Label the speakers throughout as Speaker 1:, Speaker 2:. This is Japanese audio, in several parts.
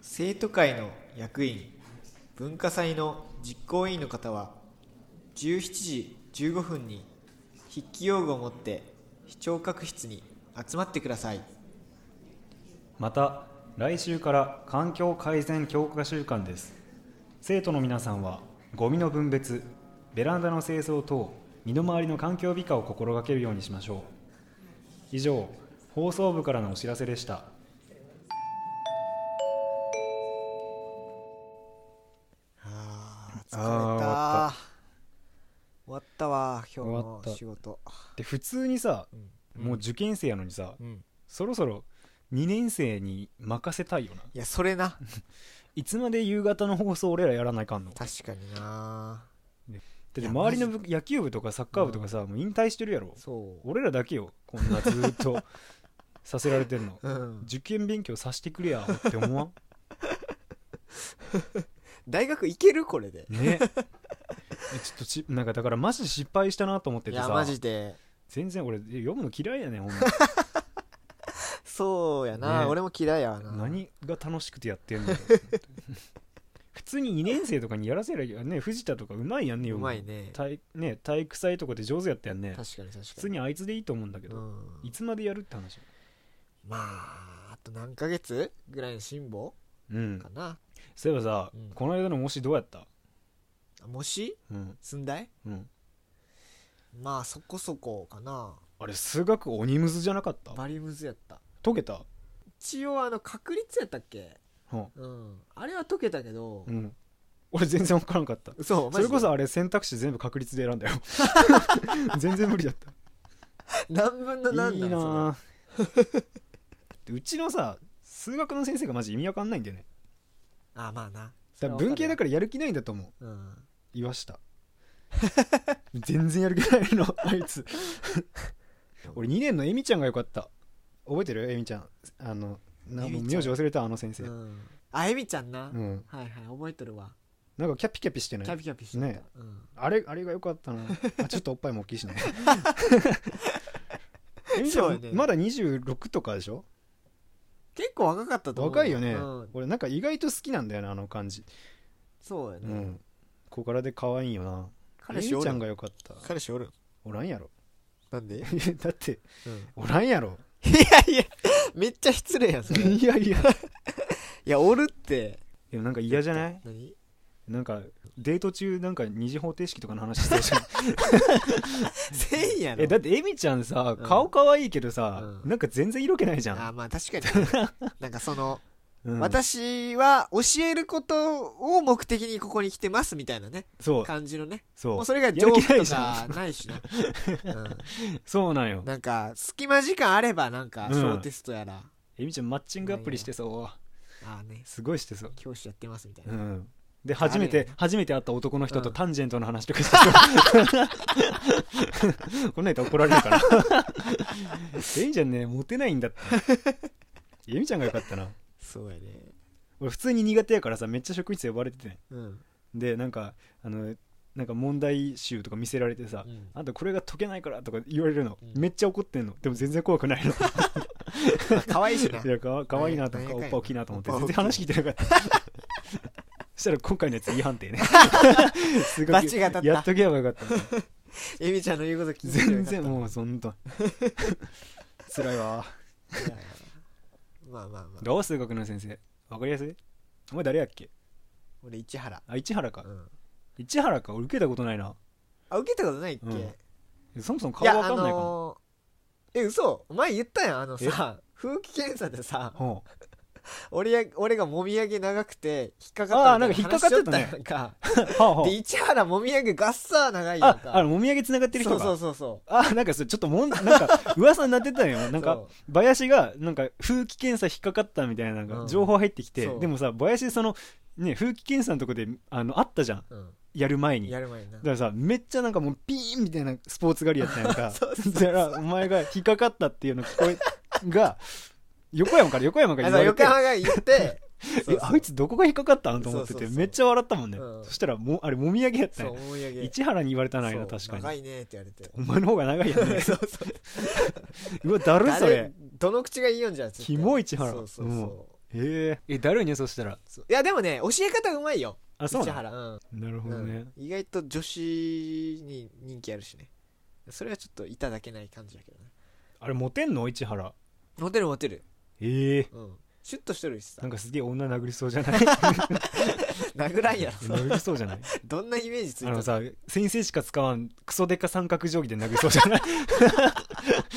Speaker 1: 生徒会の役員文化祭の実行委員の方は17時15分に筆記用具を持って視聴覚室に集まってください
Speaker 2: また来週から環境改善強化週間です生徒の皆さんはゴミの分別ベランダの清掃等身の回りの環境美化を心がけるようにしましょう以上放送部からのお知らせでした
Speaker 1: あー
Speaker 2: あー
Speaker 1: 疲れ
Speaker 2: 終
Speaker 1: た
Speaker 2: わ
Speaker 1: 終わったわ今日
Speaker 2: 終わ
Speaker 1: の
Speaker 2: った
Speaker 1: 仕事
Speaker 2: で普通にさ
Speaker 1: うん
Speaker 2: もう受験生やのにさ、
Speaker 1: うん
Speaker 2: そろそろ2年生に任せたいよない
Speaker 1: やそれない
Speaker 2: つまで夕方の放送俺らやらないかんのだ
Speaker 1: 確かにな
Speaker 2: って
Speaker 1: いや
Speaker 2: 周りの部野球部とかサッカー部とかさ、もう引退してるやろ
Speaker 1: そう
Speaker 2: 俺らだけよこんなずーっと させられてんの
Speaker 1: うん
Speaker 2: 受験勉強させてくれやって思わん
Speaker 1: 大学行けるこれで
Speaker 2: ねえちょっとしなんかだからマジで失敗したなと思って
Speaker 1: い
Speaker 2: て
Speaker 1: や
Speaker 2: さ
Speaker 1: マジで
Speaker 2: 全然俺読むの嫌いやねんほん
Speaker 1: そうやな、
Speaker 2: ね
Speaker 1: 俺も嫌いやわな
Speaker 2: ま何が楽しくてやって んの普通に2年生とかにやらせりゃいいよね藤田とかうまいやんね
Speaker 1: う
Speaker 2: 読むの
Speaker 1: まいね確か
Speaker 2: 体ね体育祭とかで上手やったやんね
Speaker 1: に確かに
Speaker 2: 普通にあいつでいいと思うんだけど、
Speaker 1: うん
Speaker 2: いつまでやるって話
Speaker 1: まああと何ヶ月ぐらいの辛抱
Speaker 2: うん
Speaker 1: かな、
Speaker 2: そういえばさ、
Speaker 1: うん
Speaker 2: この間の模試どうやった
Speaker 1: あもし
Speaker 2: うん
Speaker 1: 寸大
Speaker 2: うん
Speaker 1: まあそこそこかな
Speaker 2: あれ数学鬼むずじゃなかった
Speaker 1: バリムズやった
Speaker 2: 解けた
Speaker 1: 一応あの確率やったっけ
Speaker 2: うん、
Speaker 1: うんあれは解けたけど、
Speaker 2: うん、俺全然分からんかった
Speaker 1: そう
Speaker 2: それこそ
Speaker 1: あ
Speaker 2: あれ選択肢全部確率で 選んだよ全然無理だった
Speaker 1: 何分の何なん
Speaker 2: いい
Speaker 1: そ
Speaker 2: なぁうちのさ数学の先生がマジ意味わかんないんだよね
Speaker 1: れあまあな
Speaker 2: だから文系だ
Speaker 1: か
Speaker 2: からやる気ないんだと思う
Speaker 1: らうん
Speaker 2: 岩下全然やる気ないのあいつ俺2年のエミちゃんがよかった覚えてるエミちゃんあのな
Speaker 1: エミちゃ
Speaker 2: もうん名字忘れたあの先生
Speaker 1: う
Speaker 2: うん、
Speaker 1: んあえみちゃんな、はいはい覚えとるわ
Speaker 2: なんかキャピキャピしてな
Speaker 1: キャ
Speaker 2: い
Speaker 1: ピキャピしてた、
Speaker 2: ね
Speaker 1: うん、
Speaker 2: あれあれがよかっ たなあちょっとおっぱいも大きいしねエミちゃ、
Speaker 1: そうんやね
Speaker 2: まだ26とかでしょ
Speaker 1: 結構若かったと思う
Speaker 2: 若いよね、
Speaker 1: うん、
Speaker 2: 俺なんか意外と好きなんだよなあの感じ
Speaker 1: そうや
Speaker 2: う
Speaker 1: ね、
Speaker 2: ん小柄で可愛いよな
Speaker 1: 彼
Speaker 2: エ
Speaker 1: 氏
Speaker 2: ミ
Speaker 1: お
Speaker 2: ち
Speaker 1: る
Speaker 2: ゃんがよかった
Speaker 1: 彼氏おる
Speaker 2: おらんやろ
Speaker 1: なんで、
Speaker 2: だって
Speaker 1: うん
Speaker 2: おらんやろ
Speaker 1: いやいや、めっちゃ失礼やん、 それ。い
Speaker 2: い やいや
Speaker 1: や、おるって。
Speaker 2: でもなんか嫌じゃない
Speaker 1: 何
Speaker 2: なんかデート中なんか二次方程式とかの話してたじゃん
Speaker 1: せ んやろ。
Speaker 2: えだってエミちゃんさ
Speaker 1: うん
Speaker 2: 顔可愛いけどさ、
Speaker 1: うん
Speaker 2: なんか全然色気ないじゃん
Speaker 1: あ、まあ確かに。 なんかその、
Speaker 2: うん
Speaker 1: 私は教えることを目的にここに来てますみたいなね、
Speaker 2: そう
Speaker 1: 感じのね。
Speaker 2: そ
Speaker 1: も
Speaker 2: う
Speaker 1: うそれがジョークとかない しな。
Speaker 2: そうなん
Speaker 1: う
Speaker 2: よ
Speaker 1: ん、なんか、隙間時間あれば、なんか、小テストやら、
Speaker 2: エミちゃんマッチングアプリしてそう
Speaker 1: ああね、
Speaker 2: すごいしてそう
Speaker 1: 教師やってますみたいうな。
Speaker 2: んで初め
Speaker 1: あ
Speaker 2: て
Speaker 1: る
Speaker 2: 初めて会った男の人
Speaker 1: う
Speaker 2: と
Speaker 1: ん
Speaker 2: タンジェントの話とかしてそう こんなんやったら怒られるから エミちゃんねモテないんだってエミちゃんがよかったな
Speaker 1: そうやね。
Speaker 2: 俺普通に苦手やからさめっちゃ職員室呼ばれてて
Speaker 1: うん。
Speaker 2: でなんかあのなんか問題集とか見せられてさ、
Speaker 1: うん
Speaker 2: あんたこれが解けないからとか言われるの、
Speaker 1: うん
Speaker 2: めっちゃ怒ってんのでも全然怖くないの
Speaker 1: まあ可愛いしな。
Speaker 2: いやかわかわいいなと
Speaker 1: なん
Speaker 2: か
Speaker 1: やかん
Speaker 2: おっ
Speaker 1: や
Speaker 2: ぱ大きいなと思って
Speaker 1: おっぱ
Speaker 2: 全
Speaker 1: 大きい
Speaker 2: 然話聞いて なかったそしたら今回のやつ違反定ねすごい
Speaker 1: バチが当たった
Speaker 2: やっとけばよかった
Speaker 1: エミちゃんの言うこと聞いて
Speaker 2: 全
Speaker 1: る
Speaker 2: 然もうそんと辛いわ
Speaker 1: まあまあまあ。
Speaker 2: どう数学の先生わかりやすいお前誰やっけ
Speaker 1: 俺、市原。
Speaker 2: あ市原か
Speaker 1: うん。
Speaker 2: 市原か俺受けたことないな
Speaker 1: あ、受けたことないっけ、
Speaker 2: うんそもそも
Speaker 1: い
Speaker 2: 顔
Speaker 1: や
Speaker 2: わかんないか
Speaker 1: あ
Speaker 2: も、
Speaker 1: のーえ嘘お前言ったやんあのさ風紀検査でさ
Speaker 2: ほ
Speaker 1: 俺や俺がもみあげ長くて引っか
Speaker 2: あ
Speaker 1: か
Speaker 2: ー
Speaker 1: ったみたい
Speaker 2: なんか引っかかってた
Speaker 1: 話しよ
Speaker 2: ね
Speaker 1: ったや んか
Speaker 2: うはあはあ
Speaker 1: で市原もみあげガッサー長いやん
Speaker 2: あ
Speaker 1: か
Speaker 2: あのもみあげつながってる人
Speaker 1: そ
Speaker 2: か
Speaker 1: うそうそうそう
Speaker 2: あなんかそれちょっともんなんか噂になってたんよなんか
Speaker 1: そ
Speaker 2: 林がなんか風紀検査引っかかったみたいななん
Speaker 1: う
Speaker 2: か
Speaker 1: ん
Speaker 2: 情報入ってきて、
Speaker 1: そう
Speaker 2: でもさ林そのね風紀検査のとこであのあったじゃん
Speaker 1: う、うん、
Speaker 2: やる前に
Speaker 1: や
Speaker 2: だか
Speaker 1: る前にな
Speaker 2: らさめっちゃなんかもうピーンみたいなスポーツ狩りやったやん か
Speaker 1: そうそう
Speaker 2: だからお前が引っかかったっていうの聞 こえが横山から横山が
Speaker 1: あ
Speaker 2: 言
Speaker 1: そ
Speaker 2: わ
Speaker 1: う
Speaker 2: れ
Speaker 1: 横
Speaker 2: て
Speaker 1: 浜が言ってそう
Speaker 2: えあいつどこが引っかかったんと思って
Speaker 1: そうそ
Speaker 2: て
Speaker 1: うそう
Speaker 2: めっちゃ笑ったもんね、
Speaker 1: うん
Speaker 2: そしたらもうあれもみあげやっ
Speaker 1: そ
Speaker 2: た
Speaker 1: う
Speaker 2: よ
Speaker 1: もみあげ
Speaker 2: 市原に言われたの
Speaker 1: そ
Speaker 2: よ
Speaker 1: う
Speaker 2: 確かに
Speaker 1: 長いねって言われて
Speaker 2: お前の方が長いやん ね
Speaker 1: そうそう
Speaker 2: うわだるいそ
Speaker 1: 誰
Speaker 2: れ
Speaker 1: どの口がいいよんじゃん
Speaker 2: キモい市原
Speaker 1: そうそうそう、
Speaker 2: うんへええだるいねそしたら
Speaker 1: そういやでもね教え方うまいよ
Speaker 2: あそう
Speaker 1: 市
Speaker 2: な
Speaker 1: 原うん
Speaker 2: のなるほどね、
Speaker 1: うん意外と女子に人気あるしねそれはちょっといただけない感じだけどね
Speaker 2: あれモテんの市原
Speaker 1: モテるモテる
Speaker 2: ええ
Speaker 1: うんシュッとしとるしさ
Speaker 2: なんかすげえ女殴りそうじゃない
Speaker 1: 殴らんやろ
Speaker 2: 殴りそうじゃ ない
Speaker 1: どんなイメージつい
Speaker 2: あ
Speaker 1: た
Speaker 2: のさ先生しか使わんクソデカ三角定規で殴りそうじゃない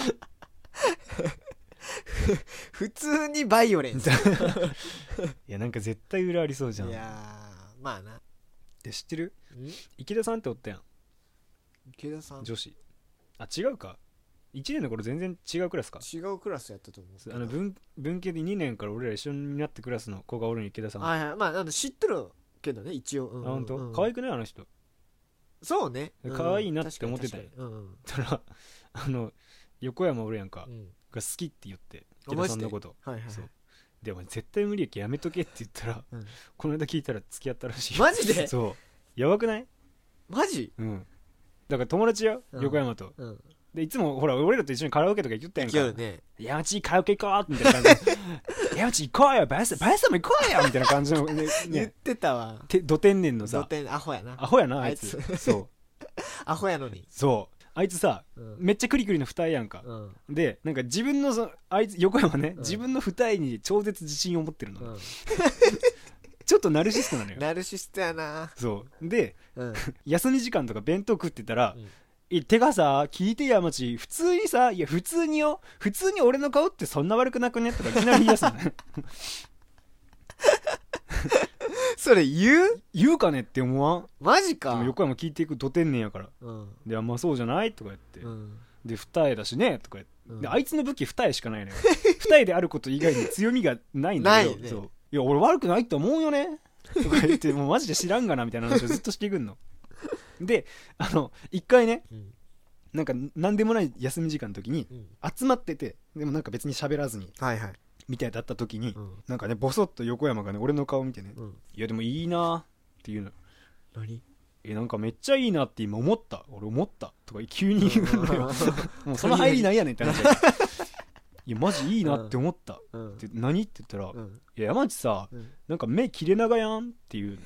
Speaker 1: 普通にバイオレンスい
Speaker 2: いやなんか絶対裏ありそうじゃん
Speaker 1: やーまあな
Speaker 2: で知ってる
Speaker 1: ん
Speaker 2: 池田さんっておったやん
Speaker 1: 池田さん
Speaker 2: 女子あ違うか1年の頃全然違うクラスか
Speaker 1: 違うクラスやったと思う
Speaker 2: そうあの文文系で2年から俺ら一緒になってクラスの子がおるんよ池田さんあ
Speaker 1: はいはいまああの知っとるけどね一応うんうん
Speaker 2: 本
Speaker 1: う
Speaker 2: 当
Speaker 1: ん
Speaker 2: 可愛くないあの人
Speaker 1: そうねうん
Speaker 2: 可愛いなって思ってたよ
Speaker 1: 確かに確かに
Speaker 2: たらあの横山おるやんか
Speaker 1: うんうんうん
Speaker 2: が好きって言って
Speaker 1: あ
Speaker 2: 池田さん
Speaker 1: マ
Speaker 2: の
Speaker 1: ジで
Speaker 2: こと
Speaker 1: はいはいはい
Speaker 2: そうでお前絶対無理やけやめとけって言ったら、
Speaker 1: うん
Speaker 2: この間聞いたら付き合ったらしい
Speaker 1: マジで
Speaker 2: そうやばくない
Speaker 1: マジ
Speaker 2: うんだから友達よ、
Speaker 1: うん
Speaker 2: 横山と
Speaker 1: うん
Speaker 2: でいつもほら俺らと一緒にカラオケとか行ってたやんか
Speaker 1: 勢いね
Speaker 2: 山地カラオケ行こうみたいな感じ で山地行こうよバイスバイスでも行こうよみたいな感じのね
Speaker 1: 言っ
Speaker 2: ね
Speaker 1: てたわ
Speaker 2: てど天然の
Speaker 1: 同
Speaker 2: さ
Speaker 1: 点アホやな
Speaker 2: アホやなあいつ
Speaker 1: あい
Speaker 2: そう
Speaker 1: アホやのに
Speaker 2: そうあいつさ
Speaker 1: うん
Speaker 2: めっちゃクリクリの二重やんか、
Speaker 1: うん
Speaker 2: でなんか自分のそのあいつ横山ね、
Speaker 1: ん
Speaker 2: 自分の二重に超絶自信を持ってるの、
Speaker 1: うん
Speaker 2: ちょっとナルシストなのよ
Speaker 1: ナルシストやな
Speaker 2: そうで
Speaker 1: うん
Speaker 2: 休み時間とか弁当食ってたら
Speaker 1: うん
Speaker 2: 「えてかさ聞いてやマチ普通にさいや普通によ普通に俺の顔ってそんな悪くなくね?」とかいきなり言い出す のね
Speaker 1: それ言う
Speaker 2: 言うかねって思わん
Speaker 1: マジ
Speaker 2: で
Speaker 1: か
Speaker 2: も横山聞いていくど天然やから
Speaker 1: うん
Speaker 2: であまあそうじゃないとか言って、
Speaker 1: うん
Speaker 2: で二重だしねとか言って、
Speaker 1: うん
Speaker 2: であいつの武器二重しかないのよ二重であること以外に強みがないんだけど
Speaker 1: ないね
Speaker 2: そういや俺悪くないと思うよねとか言ってもうマジで知らんがなみたいな話をずっ としていくんのであの一回ね
Speaker 1: うん
Speaker 2: なんか何でもない休み時間の時に
Speaker 1: うん
Speaker 2: 集まっててでもなんか別に喋らずに
Speaker 1: はいはい
Speaker 2: みたいだった時に、
Speaker 1: うん
Speaker 2: なんかねボソッと横山がね俺の顔見てね「
Speaker 1: うん
Speaker 2: いやでもいいな」っていうの
Speaker 1: 何
Speaker 2: 「えなんかめっちゃいいな」って今思った俺思ったとか急に言うのよ、もうその入りなんやねんって話いやマジいいなって思った、
Speaker 1: うん
Speaker 2: って何って言ったら「
Speaker 1: う
Speaker 2: い
Speaker 1: ん
Speaker 2: や山内さ
Speaker 1: うん
Speaker 2: なんか目切れ長やん」っていう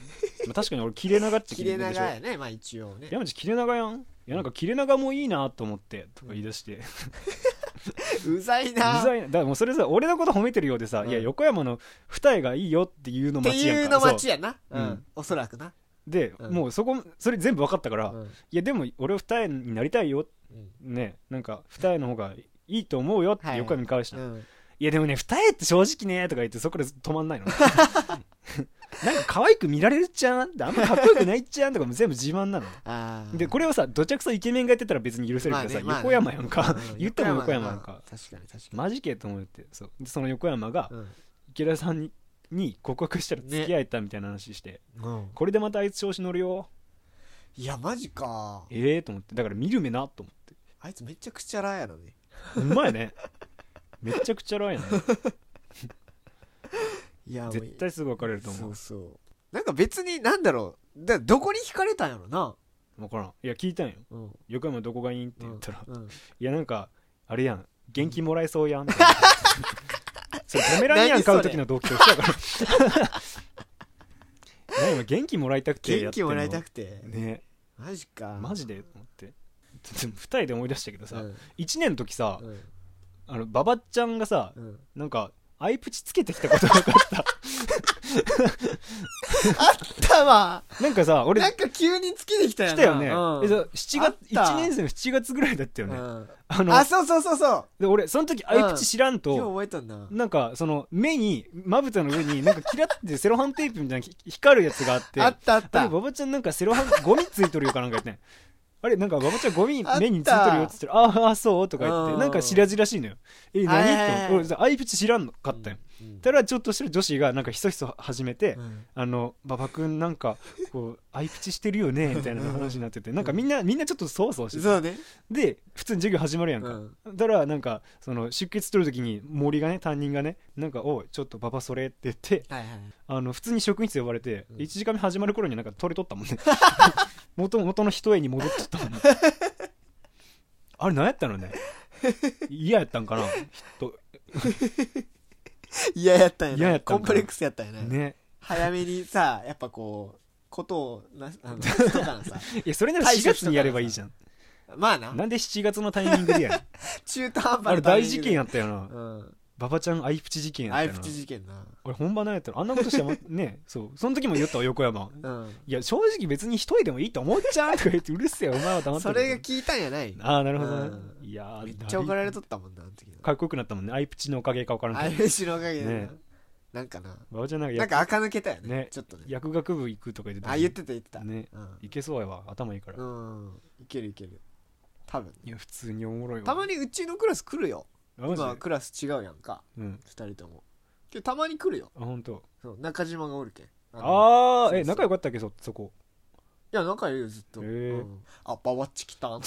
Speaker 2: まあ確かに俺切れ長って
Speaker 1: 切
Speaker 2: 聞い
Speaker 1: れ
Speaker 2: てるでし
Speaker 1: 長
Speaker 2: ょ
Speaker 1: やねまあ一応ね
Speaker 2: 山内切れ長やんいやなんか切れ長もいいなと思ってとか言い出して
Speaker 1: うざいうな
Speaker 2: ざいなだからもうそれさ俺のこと褒めてるようでさ、
Speaker 1: うん
Speaker 2: いや横山の二重がいいよっていうの
Speaker 1: って
Speaker 2: 待ちやんか
Speaker 1: いうの
Speaker 2: そ
Speaker 1: 町やなう
Speaker 2: うん
Speaker 1: んおそらくな
Speaker 2: うで、
Speaker 1: うん
Speaker 2: もうそこそれ全部分かったから、
Speaker 1: う
Speaker 2: い
Speaker 1: ん
Speaker 2: やでも俺二重になりたいよねなんか二重の方がいいと思うよって横山に返した、
Speaker 1: う
Speaker 2: い
Speaker 1: ん
Speaker 2: やでもね二重って正直ねとか言ってそこで止ま んないの なんか可愛く見られるじゃんあんまかっこよくないじゃんとかも全部自慢なの
Speaker 1: あー
Speaker 2: でこれをさどちゃくさイケメンがやってたら別に許せるけど
Speaker 1: ま
Speaker 2: さ、
Speaker 1: あねまあね
Speaker 2: 横山やんか、
Speaker 1: うん
Speaker 2: 言ったも横山やんか、
Speaker 1: な確かに確か
Speaker 2: マジけと思ってそうでその横山が、
Speaker 1: に
Speaker 2: 池田さんにに告白したら
Speaker 1: ね
Speaker 2: 付き合えたみたいな話して、
Speaker 1: うんうん
Speaker 2: これでまたあいつ調子乗るよ
Speaker 1: いやマジか
Speaker 2: ええと思ってだから見る目なと思って
Speaker 1: あいつめちゃくちゃラやろね
Speaker 2: うま いねめっちゃくちゃラインやね
Speaker 1: いやもう
Speaker 2: 絶対すぐ別れると思
Speaker 1: そううそうなんか別になんだろうだどこに惹かれたんやろな
Speaker 2: 分からんいや聞いたんよ
Speaker 1: うん
Speaker 2: 横山どこがいいんって言ったら、
Speaker 1: うんうん
Speaker 2: いやなんかあれやん元気もらえそうやん それポメラニアン買う時の動機と一緒やから 何今元気もらいたくて
Speaker 1: 元
Speaker 2: やって
Speaker 1: 気
Speaker 2: んの
Speaker 1: もらいたくて
Speaker 2: ね
Speaker 1: マジか
Speaker 2: マジでと思ってでも二人で思い出したけど
Speaker 1: う
Speaker 2: さ、
Speaker 1: ん
Speaker 2: 一1年の時さ、
Speaker 1: うん
Speaker 2: あのババちゃんがさ
Speaker 1: うん
Speaker 2: なんかアイプチつけてきたことが分か っ
Speaker 1: たわ
Speaker 2: たなんかさ俺
Speaker 1: なん
Speaker 2: 来
Speaker 1: か急に月できたよな
Speaker 2: たよね、
Speaker 1: うん
Speaker 2: えそう7
Speaker 1: あっ
Speaker 2: 月
Speaker 1: た
Speaker 2: 1年生の7月ぐらいだったよ
Speaker 1: う
Speaker 2: ね、
Speaker 1: ん
Speaker 2: あの
Speaker 1: あそうそうそうそう
Speaker 2: で俺その時アイプチ知らん
Speaker 1: 今日
Speaker 2: と、
Speaker 1: 覚えたんだ
Speaker 2: なんかその目にまぶたの上になんかキラってセロハンテープみたいなひ光るやつがあって
Speaker 1: あったあっ
Speaker 2: あれ
Speaker 1: た
Speaker 2: ババちゃんなんかセロハンゴミついとるよかなんか言ってねあれなんかババちゃんゴミ
Speaker 1: あった
Speaker 2: 目についとるよっつってああーそうとか言っ
Speaker 1: う
Speaker 2: て
Speaker 1: ん
Speaker 2: なんか白々しいのよえ何
Speaker 1: はい
Speaker 2: と
Speaker 1: はいはい
Speaker 2: 思って俺さアイプチ知らんのかったよ、
Speaker 1: うんうん
Speaker 2: たらちょっとしてる女子がなんかひそひそ始めて、
Speaker 1: うん
Speaker 2: あの馬場君なんかこう相プチしてるよ ねみたいな話になっててなんかみんなみんなちょっとそわそわして
Speaker 1: そうね
Speaker 2: てで普通に授業始まるやん
Speaker 1: う
Speaker 2: か、
Speaker 1: ん
Speaker 2: だからなんかその出血取る時に森がね担任がねなんか「おいちょっと馬場それ」って言って
Speaker 1: はいはい
Speaker 2: あの普通に職員室呼ばれて、
Speaker 1: うん
Speaker 2: 1時間目始まる頃にはなんか取れとったも んね元元の一重に戻っちゃったもんねあれ何やったのね嫌やったんかなきっと
Speaker 1: 嫌やったんやな
Speaker 2: 嫌やったん
Speaker 1: コン
Speaker 2: か
Speaker 1: プレックスやったんやな、
Speaker 2: ね
Speaker 1: 早めにさやっぱこうことをなあ の人からさ
Speaker 2: いやそれなら4月にやればいいじゃん
Speaker 1: まあな
Speaker 2: なんで7月のタイミングでやねん
Speaker 1: 中途半端な
Speaker 2: あれ
Speaker 1: タイ
Speaker 2: 大
Speaker 1: ミング
Speaker 2: 事
Speaker 1: で
Speaker 2: 件やったよな
Speaker 1: うん
Speaker 2: ババちゃんアイプチ事件やった
Speaker 1: アイ
Speaker 2: よ
Speaker 1: プ
Speaker 2: な
Speaker 1: チ事件な
Speaker 2: 俺本番なんやったらあんなことしてもね そうその時も言ったわ横山
Speaker 1: うん
Speaker 2: いや正直別に一人でもいいと思っちゃう とか言ってうるせえよお前は黙って
Speaker 1: そ
Speaker 2: ろ
Speaker 1: れが聞いたんやない
Speaker 2: ああなるほどね
Speaker 1: う
Speaker 2: いやー
Speaker 1: めっちゃ怒られとったもんなあの時
Speaker 2: かっこよくなったもんねアイプチのおかげか分からん
Speaker 1: ア
Speaker 2: け
Speaker 1: イ
Speaker 2: ど
Speaker 1: プチのおかげでな
Speaker 2: ね
Speaker 1: なんかな
Speaker 2: ババちゃんなんか
Speaker 1: な
Speaker 2: や
Speaker 1: んか垢抜けたよね
Speaker 2: ね
Speaker 1: ちょっとね
Speaker 2: 薬学部行くとか言ってた
Speaker 1: あ言ってた言ってた
Speaker 2: ね
Speaker 1: うん
Speaker 2: いけそうやわ頭いいから
Speaker 1: うんいけるいける多分
Speaker 2: いや普通におもろいわ
Speaker 1: たまにうちのクラス来るよ
Speaker 2: あマジ
Speaker 1: 今
Speaker 2: で
Speaker 1: クラス違うやんか
Speaker 2: うん
Speaker 1: 2人ともけどたまに来るよ
Speaker 2: あ本当。
Speaker 1: そう中島がおるけんあのい
Speaker 2: あ
Speaker 1: そう
Speaker 2: あ
Speaker 1: そ
Speaker 2: え
Speaker 1: う
Speaker 2: 仲良かったっけそそこ
Speaker 1: や仲いいよずっと
Speaker 2: へえ
Speaker 1: うんあババッチ来 たん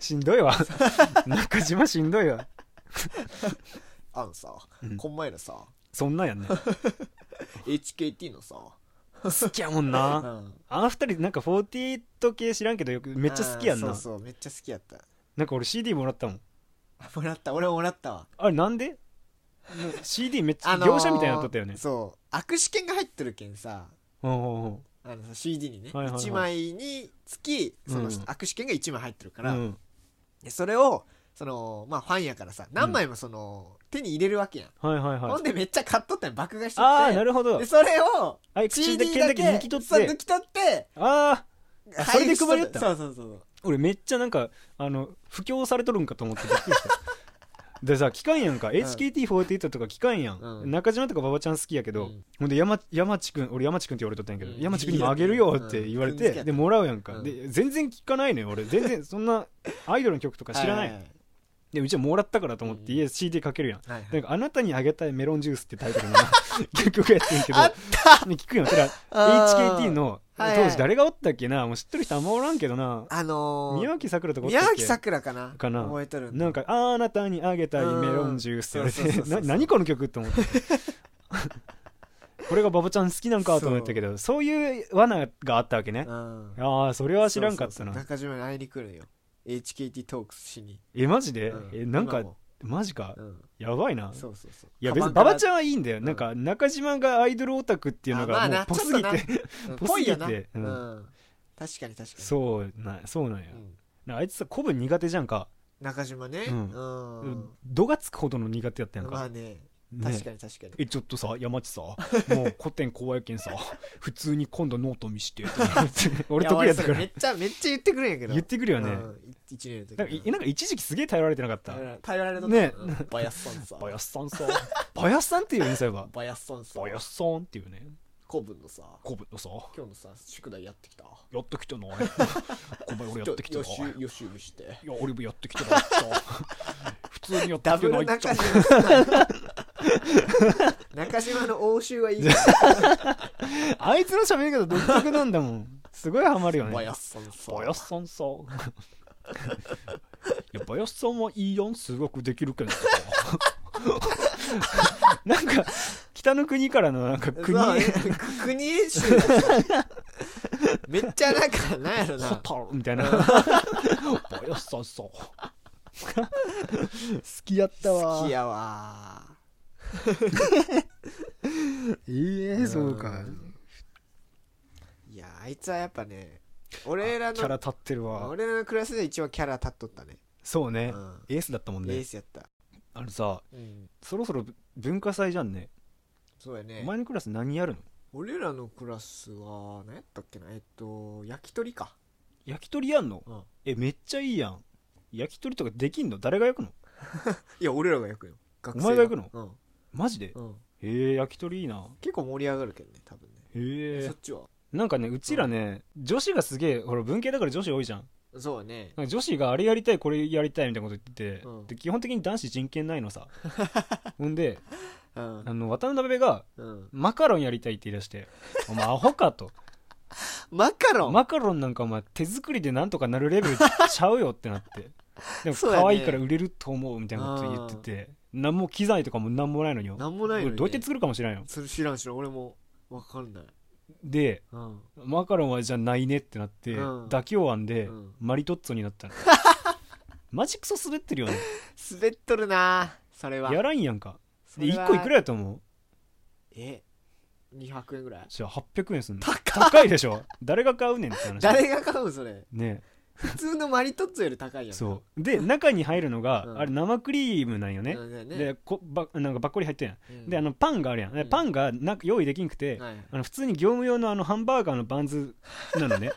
Speaker 2: しんどいわ 中島しんどいわ
Speaker 1: あのさ
Speaker 2: うん
Speaker 1: こん前の さ
Speaker 2: そんなん やんね
Speaker 1: HKT のさ
Speaker 2: 好きやもん
Speaker 1: う
Speaker 2: なんあの二人なんか48系知らんけどよくめっちゃ好きやん
Speaker 1: あー
Speaker 2: な
Speaker 1: そうそうめっちゃ好きやった
Speaker 2: なんか俺 CD もらったもん
Speaker 1: もらった俺ももらったわ
Speaker 2: あれなんで もう CD めっちゃ
Speaker 1: あのー
Speaker 2: 業者みたいになっとったよね
Speaker 1: そう握手券が入ってるけんさ
Speaker 2: うんうんうん
Speaker 1: あのさ CD にね、
Speaker 2: はいはいはい
Speaker 1: 1枚につきその
Speaker 2: うん
Speaker 1: 握手券が1枚入ってるか
Speaker 2: う
Speaker 1: ら、
Speaker 2: ん
Speaker 1: でそれをそのまあファンやからさ何枚もその、手に入れるわけやん、
Speaker 2: はいはいは
Speaker 1: ほ
Speaker 2: い
Speaker 1: んでめっちゃ買っとったんよ爆買いしとって
Speaker 2: ああなるほど
Speaker 1: でそれを
Speaker 2: あれ口だ
Speaker 1: CD
Speaker 2: け
Speaker 1: だ
Speaker 2: だ
Speaker 1: け
Speaker 2: け抜き取っ
Speaker 1: そう
Speaker 2: て
Speaker 1: 抜き取って
Speaker 2: あああそれで配り
Speaker 1: り
Speaker 2: よった
Speaker 1: そうそうそう
Speaker 2: 俺めっちゃなんかあの布教されとるんかと思ってびっくりした でさ聞かんやんか HKT48 とか聞かんやん、
Speaker 1: うん
Speaker 2: 中島とか馬場ちゃん好きやけど、
Speaker 1: うん
Speaker 2: ほんで山山地君俺山地君って言われとったんやけど、
Speaker 1: うん
Speaker 2: 山地君にもあげるよって言われ
Speaker 1: いいよ
Speaker 2: て、
Speaker 1: うん
Speaker 2: でもらうやんか、
Speaker 1: うん
Speaker 2: で全然聞かないのよ俺全然そ んなアイドルの曲とか知らない,、
Speaker 1: はは
Speaker 2: でうちはもらったからと思って
Speaker 1: うん
Speaker 2: 家 CD かけるやん、
Speaker 1: はいはい
Speaker 2: なんかあなたにあげたいメロンジュースってタイトルの 曲やってんけど
Speaker 1: あっ
Speaker 2: ね聞くよだから
Speaker 1: あー
Speaker 2: HKT の
Speaker 1: はいはい
Speaker 2: 当時誰がおったっけなもう知ってる人あんまおらんけどな
Speaker 1: あの
Speaker 2: 宮
Speaker 1: ー、
Speaker 2: 脇さくらとかおった
Speaker 1: 宮
Speaker 2: っけ
Speaker 1: 脇さくらかな
Speaker 2: かな
Speaker 1: 覚えとるんだ
Speaker 2: なんかあなたにあげたいメロンジュースって
Speaker 1: うん
Speaker 2: 言われ
Speaker 1: そうそう
Speaker 2: て
Speaker 1: そうそう
Speaker 2: な何この曲と思ってこれがババちゃん好きなんかと思ったけどそういう罠があったわけね
Speaker 1: うん
Speaker 2: ああそれは知らんかった
Speaker 1: そうそうそう
Speaker 2: な
Speaker 1: 中島に会いに来るよ HKT トークスしに、
Speaker 2: えマジで
Speaker 1: う
Speaker 2: えなんか
Speaker 1: 今も
Speaker 2: マジか
Speaker 1: うん、
Speaker 2: やばいな
Speaker 1: そうそうそう
Speaker 2: いや別にババち
Speaker 1: ゃん
Speaker 2: ゃんはいいんだよ
Speaker 1: うん
Speaker 2: なんか中島がアイドルオタクっていうの
Speaker 1: あま
Speaker 2: が
Speaker 1: あ
Speaker 2: も
Speaker 1: な
Speaker 2: うぽすぎ
Speaker 1: ちょっと
Speaker 2: て
Speaker 1: っぽいよな、
Speaker 2: ぽすぎて
Speaker 1: う
Speaker 2: うんん
Speaker 1: 確かに確かに
Speaker 2: そうなそうなんや
Speaker 1: うん
Speaker 2: なんかあいつさ古文苦手じゃんか
Speaker 1: 中島ねう、
Speaker 2: うん度がつくほどの苦手やったやん
Speaker 1: ま
Speaker 2: か
Speaker 1: あね
Speaker 2: ね
Speaker 1: 確かに確かに、
Speaker 2: えちょっとさ山地さもう古典怖いけんさ 普通に今度ノート 見してって俺得意やったか
Speaker 1: い
Speaker 2: ら
Speaker 1: 俺それめっちゃめっちゃ言ってくるんやけど
Speaker 2: 言ってくるよね、
Speaker 1: うん、い一年の時
Speaker 2: なんかいなんか一時期すげえ頼られてなかった
Speaker 1: 頼られ頼られとった
Speaker 2: ね
Speaker 1: うんバヤッソンさ
Speaker 2: バヤスさんさバヤスさんっていうねそういえば
Speaker 1: バヤッソンさ
Speaker 2: バヤスさんっていうね
Speaker 1: 古文のさ
Speaker 2: 古文のさ
Speaker 1: 今日のさ宿題やってきた
Speaker 2: やってきてない お前俺やってきて
Speaker 1: ちょ
Speaker 2: な
Speaker 1: 予
Speaker 2: い
Speaker 1: 習予習して
Speaker 2: いや俺もやってきてないさ 普通にやって
Speaker 1: ダ
Speaker 2: き
Speaker 1: ブ
Speaker 2: て
Speaker 1: ル
Speaker 2: ないっち
Speaker 1: 中島中
Speaker 2: ゃ
Speaker 1: 島の応酬はいいよ
Speaker 2: あいつの喋り方独特なんだもんすごいハマるよね
Speaker 1: バヤッソンさ
Speaker 2: バヤスさんさ。 いや、バヤスさんはいいやん、数学できるけ どさ。なんか、北の国からのなんか国、
Speaker 1: そうね国演習だっためっちゃなんかなんやろ
Speaker 2: ホ
Speaker 1: な
Speaker 2: タルみたいな。バヤスさ んさ。好きやったわ。
Speaker 1: 好きやわ
Speaker 2: ええそうか。
Speaker 1: いやあいつはやっぱね俺ら
Speaker 2: キャラ
Speaker 1: の
Speaker 2: 立ってるわ。
Speaker 1: 俺らのクラスで一応キャラ立っとったね
Speaker 2: そうね
Speaker 1: う。ん
Speaker 2: エースだったもん
Speaker 1: エー
Speaker 2: ね。
Speaker 1: スやった
Speaker 2: あのさ、
Speaker 1: うん
Speaker 2: そろそろ文化祭じゃんね。
Speaker 1: そうや
Speaker 2: お
Speaker 1: ね
Speaker 2: 前のクラス何やるの
Speaker 1: 俺らのクラスは何やったっけなえっと焼き鳥か
Speaker 2: 焼き鳥やんの
Speaker 1: うん
Speaker 2: え、めっちゃいいやん。焼き鳥とかできんの誰が焼くの
Speaker 1: いや俺らが焼くよ学生
Speaker 2: お前が焼くの
Speaker 1: の
Speaker 2: マジで
Speaker 1: うんうん
Speaker 2: へえ焼き鳥いいな
Speaker 1: 結構盛り上がるけどね多分ね
Speaker 2: へ
Speaker 1: そ
Speaker 2: え
Speaker 1: っちは
Speaker 2: なんかねうちらね女子がすげえほら文系だから女子多いじゃん
Speaker 1: そうね
Speaker 2: なんか女子があれやりたいこれやりたいみたいなこと言ってて、
Speaker 1: うん
Speaker 2: で基本的に男子人権ないのさほんで
Speaker 1: うん
Speaker 2: あの渡辺が
Speaker 1: うん
Speaker 2: マカロンやりたいって言い出して「お前アホか」と
Speaker 1: マカ
Speaker 2: 「
Speaker 1: ロン
Speaker 2: マカロンなんかお前手作りでなんとかなるレベルちゃうよ」ってな ってでも
Speaker 1: そうやね
Speaker 2: 可愛いから売れると思うみたいなこと言ってて何も機材とかも何もないのによ
Speaker 1: なんもないのにね
Speaker 2: どうやって作るかもしれんよ
Speaker 1: それ知らん知らん俺もわかんない
Speaker 2: で
Speaker 1: うん
Speaker 2: マカロンはじゃないねってなって、
Speaker 1: うん
Speaker 2: 妥協案で、
Speaker 1: うん
Speaker 2: マリトッツォになったのマジクソ滑ってるよね
Speaker 1: 滑っとるなそれは
Speaker 2: やらんやんか
Speaker 1: それ
Speaker 2: 1
Speaker 1: は
Speaker 2: 個いくらやと思う
Speaker 1: え200円ぐらい
Speaker 2: じゃあ800円すんの
Speaker 1: 高っ
Speaker 2: 高いでしょ誰が買うねんって話
Speaker 1: 誰が買うんそれ
Speaker 2: ね
Speaker 1: 普通のマリトッツォより高いやん
Speaker 2: そうで中に入るのが、
Speaker 1: うん
Speaker 2: あれ生クリームなんよね、
Speaker 1: うんねね
Speaker 2: でこばなんかばっこり入ってるやん、
Speaker 1: うん
Speaker 2: であのパンがあるやん、で
Speaker 1: うん
Speaker 2: パンがなんか用意できんくて、
Speaker 1: はい
Speaker 2: あの普通に業務用のあのハンバーガーのバンズなのね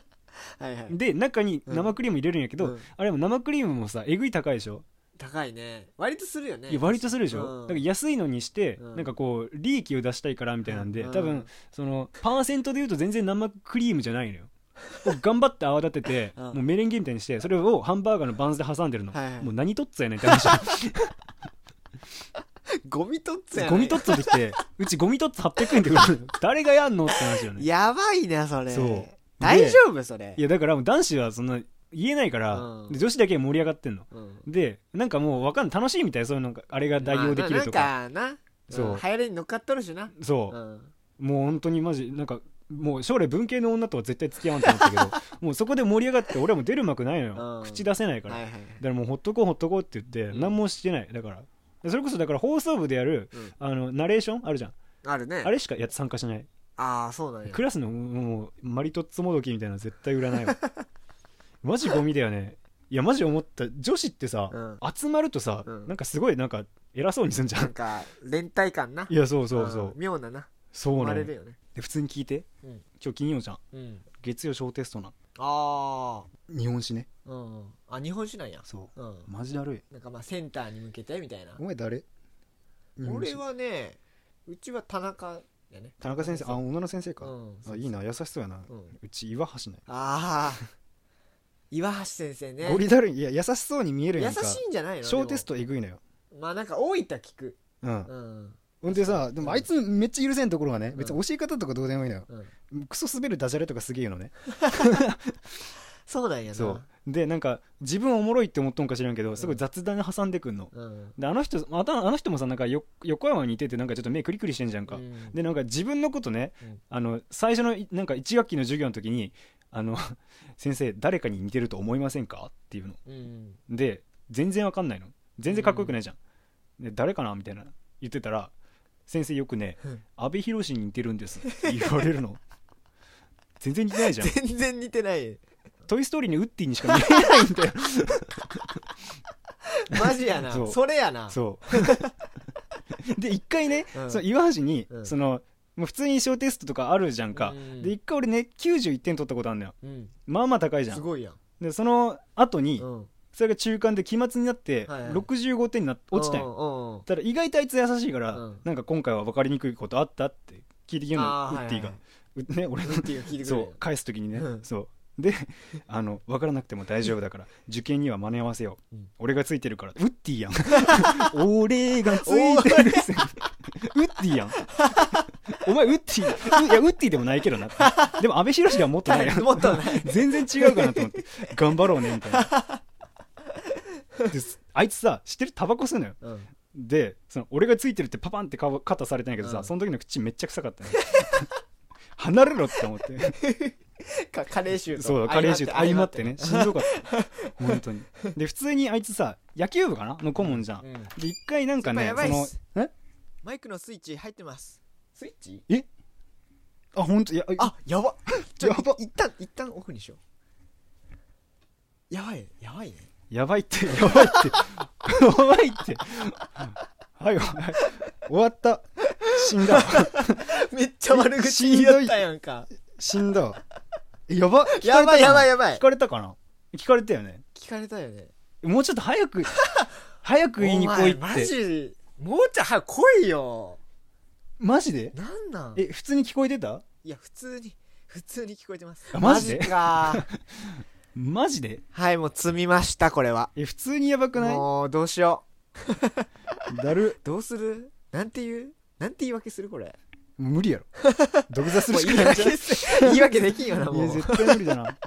Speaker 1: はいはい
Speaker 2: で中に生クリーム入れるんやけ
Speaker 1: う
Speaker 2: ど、
Speaker 1: ん
Speaker 2: あれも生クリームもさえぐい高いでしょ、
Speaker 1: 高いね割とするよね
Speaker 2: いや割とするでしょ、
Speaker 1: うん
Speaker 2: だから安いのにして、
Speaker 1: うん
Speaker 2: なんかこう利益を出したいからみたいなんで、
Speaker 1: うん
Speaker 2: 多分そのパーセントで言うと全然生クリームじゃない のよこう頑張って泡立てて、
Speaker 1: うん
Speaker 2: もうメレンゲみたいにしてそれをハンバーガーのバンズで挟んでるの、
Speaker 1: はいはい
Speaker 2: もう何とっつやねんっ て話
Speaker 1: ゴミトッツォやね
Speaker 2: ゴミとっつってきてうちゴミとっつ800円ってこと誰がやんのって話よね
Speaker 1: やばいなそれ
Speaker 2: そうで
Speaker 1: 大丈夫それ
Speaker 2: いやだからもう男子はそんな言えないから、
Speaker 1: うん
Speaker 2: で女子だけ盛り上がってんの
Speaker 1: うん
Speaker 2: でなんかもうわかんない楽しいみたいそういうのがあれが代用できるとか,、
Speaker 1: まあななんかな
Speaker 2: そう
Speaker 1: うん流行りに乗っかっとるしな
Speaker 2: そう、
Speaker 1: うん
Speaker 2: もう本当にマジなんかもう将来文系の女とは絶対付き合わんと思った けどもうそこで盛り上がって俺はもう出る幕ないのよ、
Speaker 1: うん
Speaker 2: 口出せないから、
Speaker 1: はいはい
Speaker 2: だ
Speaker 1: は
Speaker 2: からもうほっとこうほっとこうって言っ
Speaker 1: う
Speaker 2: て
Speaker 1: ん
Speaker 2: 何もしてないだからそれこそだから放送部でやる、
Speaker 1: うん
Speaker 2: あのナレーションあるじゃん、
Speaker 1: いあるね
Speaker 2: あれしかや参加しない
Speaker 1: ああそうなんや
Speaker 2: クラスのもうマリトッツォもどきみたいなの絶対売らな いわマジゴミだよねいやマジ思った女子ってさ、
Speaker 1: うん
Speaker 2: 集まるとさ、
Speaker 1: うん
Speaker 2: なんかすごいなんか偉そうにすんじゃ
Speaker 1: なん
Speaker 2: ん
Speaker 1: か連帯感ない
Speaker 2: やそうそうそう、
Speaker 1: ん妙なな
Speaker 2: そう
Speaker 1: 生ま
Speaker 2: なの
Speaker 1: れ
Speaker 2: よ
Speaker 1: るよね
Speaker 2: で普通に聞いて、
Speaker 1: うん
Speaker 2: 今日金曜じゃん
Speaker 1: うん
Speaker 2: 月曜小テストな
Speaker 1: あ
Speaker 2: 日本史ね
Speaker 1: あうんあ日本酒なんや
Speaker 2: そう
Speaker 1: うん
Speaker 2: マジだるい
Speaker 1: なんかまあセンターに向けてみたいな
Speaker 2: 前誰
Speaker 1: 俺はねうちは田中やね
Speaker 2: 田中先生あ女の先生か、
Speaker 1: うん
Speaker 2: あいいな優しそうやな、
Speaker 1: う
Speaker 2: うんち岩橋ね
Speaker 1: ああ岩橋先生ね
Speaker 2: ゴリだるいいや優しそうに見える
Speaker 1: 優
Speaker 2: や
Speaker 1: し
Speaker 2: んか
Speaker 1: いんじゃないの
Speaker 2: 小テス
Speaker 1: ト
Speaker 2: トえぐいのよ
Speaker 1: まあなんか大分聞く
Speaker 2: うん
Speaker 1: うん
Speaker 2: ほんでさでもあいつめっちゃ許せんところはね別に教え方とかどうでもいいのよ
Speaker 1: うん
Speaker 2: クソ滑るダジャレとかすげえ言うのね
Speaker 1: そうなんやな
Speaker 2: そうでなんか自分おもろいって思っとんか知らんけどすごい雑談挟んでくんの
Speaker 1: うん
Speaker 2: であの人またあの人もさなんかよ横山に似ててなんかちょっと目クリクリしてんじゃんか、
Speaker 1: うん
Speaker 2: でなんか自分のことね、
Speaker 1: うん
Speaker 2: あの最初のいなんか1学期の授業の時にあの 先生誰かに似てると思いませんかっていうの
Speaker 1: うん
Speaker 2: で全然わかんないの全然かっこよくないじゃん、で誰かなみたいな言ってたら先生よくね
Speaker 1: うん
Speaker 2: 阿部寛に似てるんですって言われ るの全然似てないじゃん
Speaker 1: 全然似てない
Speaker 2: 「トイ・ストーリー」にウッディにしか見えないんだよ
Speaker 1: マジやな
Speaker 2: そう
Speaker 1: それやな
Speaker 2: そう で一回ね、
Speaker 1: うん
Speaker 2: その岩橋に、
Speaker 1: うん
Speaker 2: そのもう普通に小テストとかあるじゃんか、
Speaker 1: うん
Speaker 2: で一回俺ね91点取ったことあるんだよ
Speaker 1: うん
Speaker 2: まあまあ高いじゃ
Speaker 1: す
Speaker 2: ん
Speaker 1: ごいやん
Speaker 2: でその後に
Speaker 1: うん
Speaker 2: それが中間で期末になって
Speaker 1: はいはい
Speaker 2: 65点になっ落ちたん
Speaker 1: う
Speaker 2: よ
Speaker 1: んうん
Speaker 2: ただ意外とあいつ優しいから、
Speaker 1: うん
Speaker 2: なんか今回は分かりにくいことあったって聞いてきるのウ
Speaker 1: あー
Speaker 2: ッディが、
Speaker 1: は
Speaker 2: うね俺
Speaker 1: ウッディが聞いてくれる
Speaker 2: そう返す時にね、
Speaker 1: うん
Speaker 2: そうであの分からなくても大丈夫だから受験には間に合わせよう、
Speaker 1: うん
Speaker 2: 俺がついてるからウッディやん俺がついてるウッディやんお前ウッディいやウッディでもないけどなでも安倍博ではもっとな いやん
Speaker 1: もっとない
Speaker 2: 全然違うかなと思って頑張ろうねみたいなですあいつさ知ってるタバコ吸うのよ
Speaker 1: うん
Speaker 2: でその俺がついてるってパパンってか肩されてんやけどさ、
Speaker 1: うん
Speaker 2: その時の口めっちゃ臭かったね 離れろって思って
Speaker 1: かカレー臭と
Speaker 2: そうカレー臭と相まってね
Speaker 1: 相
Speaker 2: しんどかった本当にで普通にあいつさ野球部かなの顧問じゃん、
Speaker 1: うん
Speaker 2: で一回なんかね
Speaker 1: 先輩
Speaker 2: そ
Speaker 1: やばい
Speaker 2: の
Speaker 1: っす
Speaker 2: え
Speaker 1: マイクのスイッチ入ってますスイッチ
Speaker 2: あ本当いや
Speaker 1: あやばちょ
Speaker 2: やば
Speaker 1: い一旦一旦オフにしようやばいや ばいね
Speaker 2: やばいってやばいってやばいってはいはい終わった死んだわ
Speaker 1: めっちゃ悪口言いよったやんか
Speaker 2: 死んだわえやば聞 か
Speaker 1: や
Speaker 2: れ
Speaker 1: ば
Speaker 2: たかない
Speaker 1: やばいやばい
Speaker 2: 聞かれたかな聞かれたよね
Speaker 1: 聞かれたよね
Speaker 2: もうちょっと早く早く言いに来いっ て
Speaker 1: お前マジもうちょい早く来いよ
Speaker 2: マジで
Speaker 1: なんなん
Speaker 2: え普通に聞こえてた
Speaker 1: いや普通に 普通に聞こえてます
Speaker 2: あマジで
Speaker 1: か
Speaker 2: マジで
Speaker 1: はいもう積みましたこれは
Speaker 2: え普通にやばくない
Speaker 1: もうどうしよ
Speaker 2: だる
Speaker 1: うどうするなんて言うなんて言い訳するこれ
Speaker 2: 無理やろ独座する
Speaker 1: もう
Speaker 2: し
Speaker 1: 言
Speaker 2: か
Speaker 1: い
Speaker 2: ない
Speaker 1: 訳
Speaker 2: じゃんい
Speaker 1: す言い訳できんよなも
Speaker 2: や
Speaker 1: う
Speaker 2: 絶対無理だな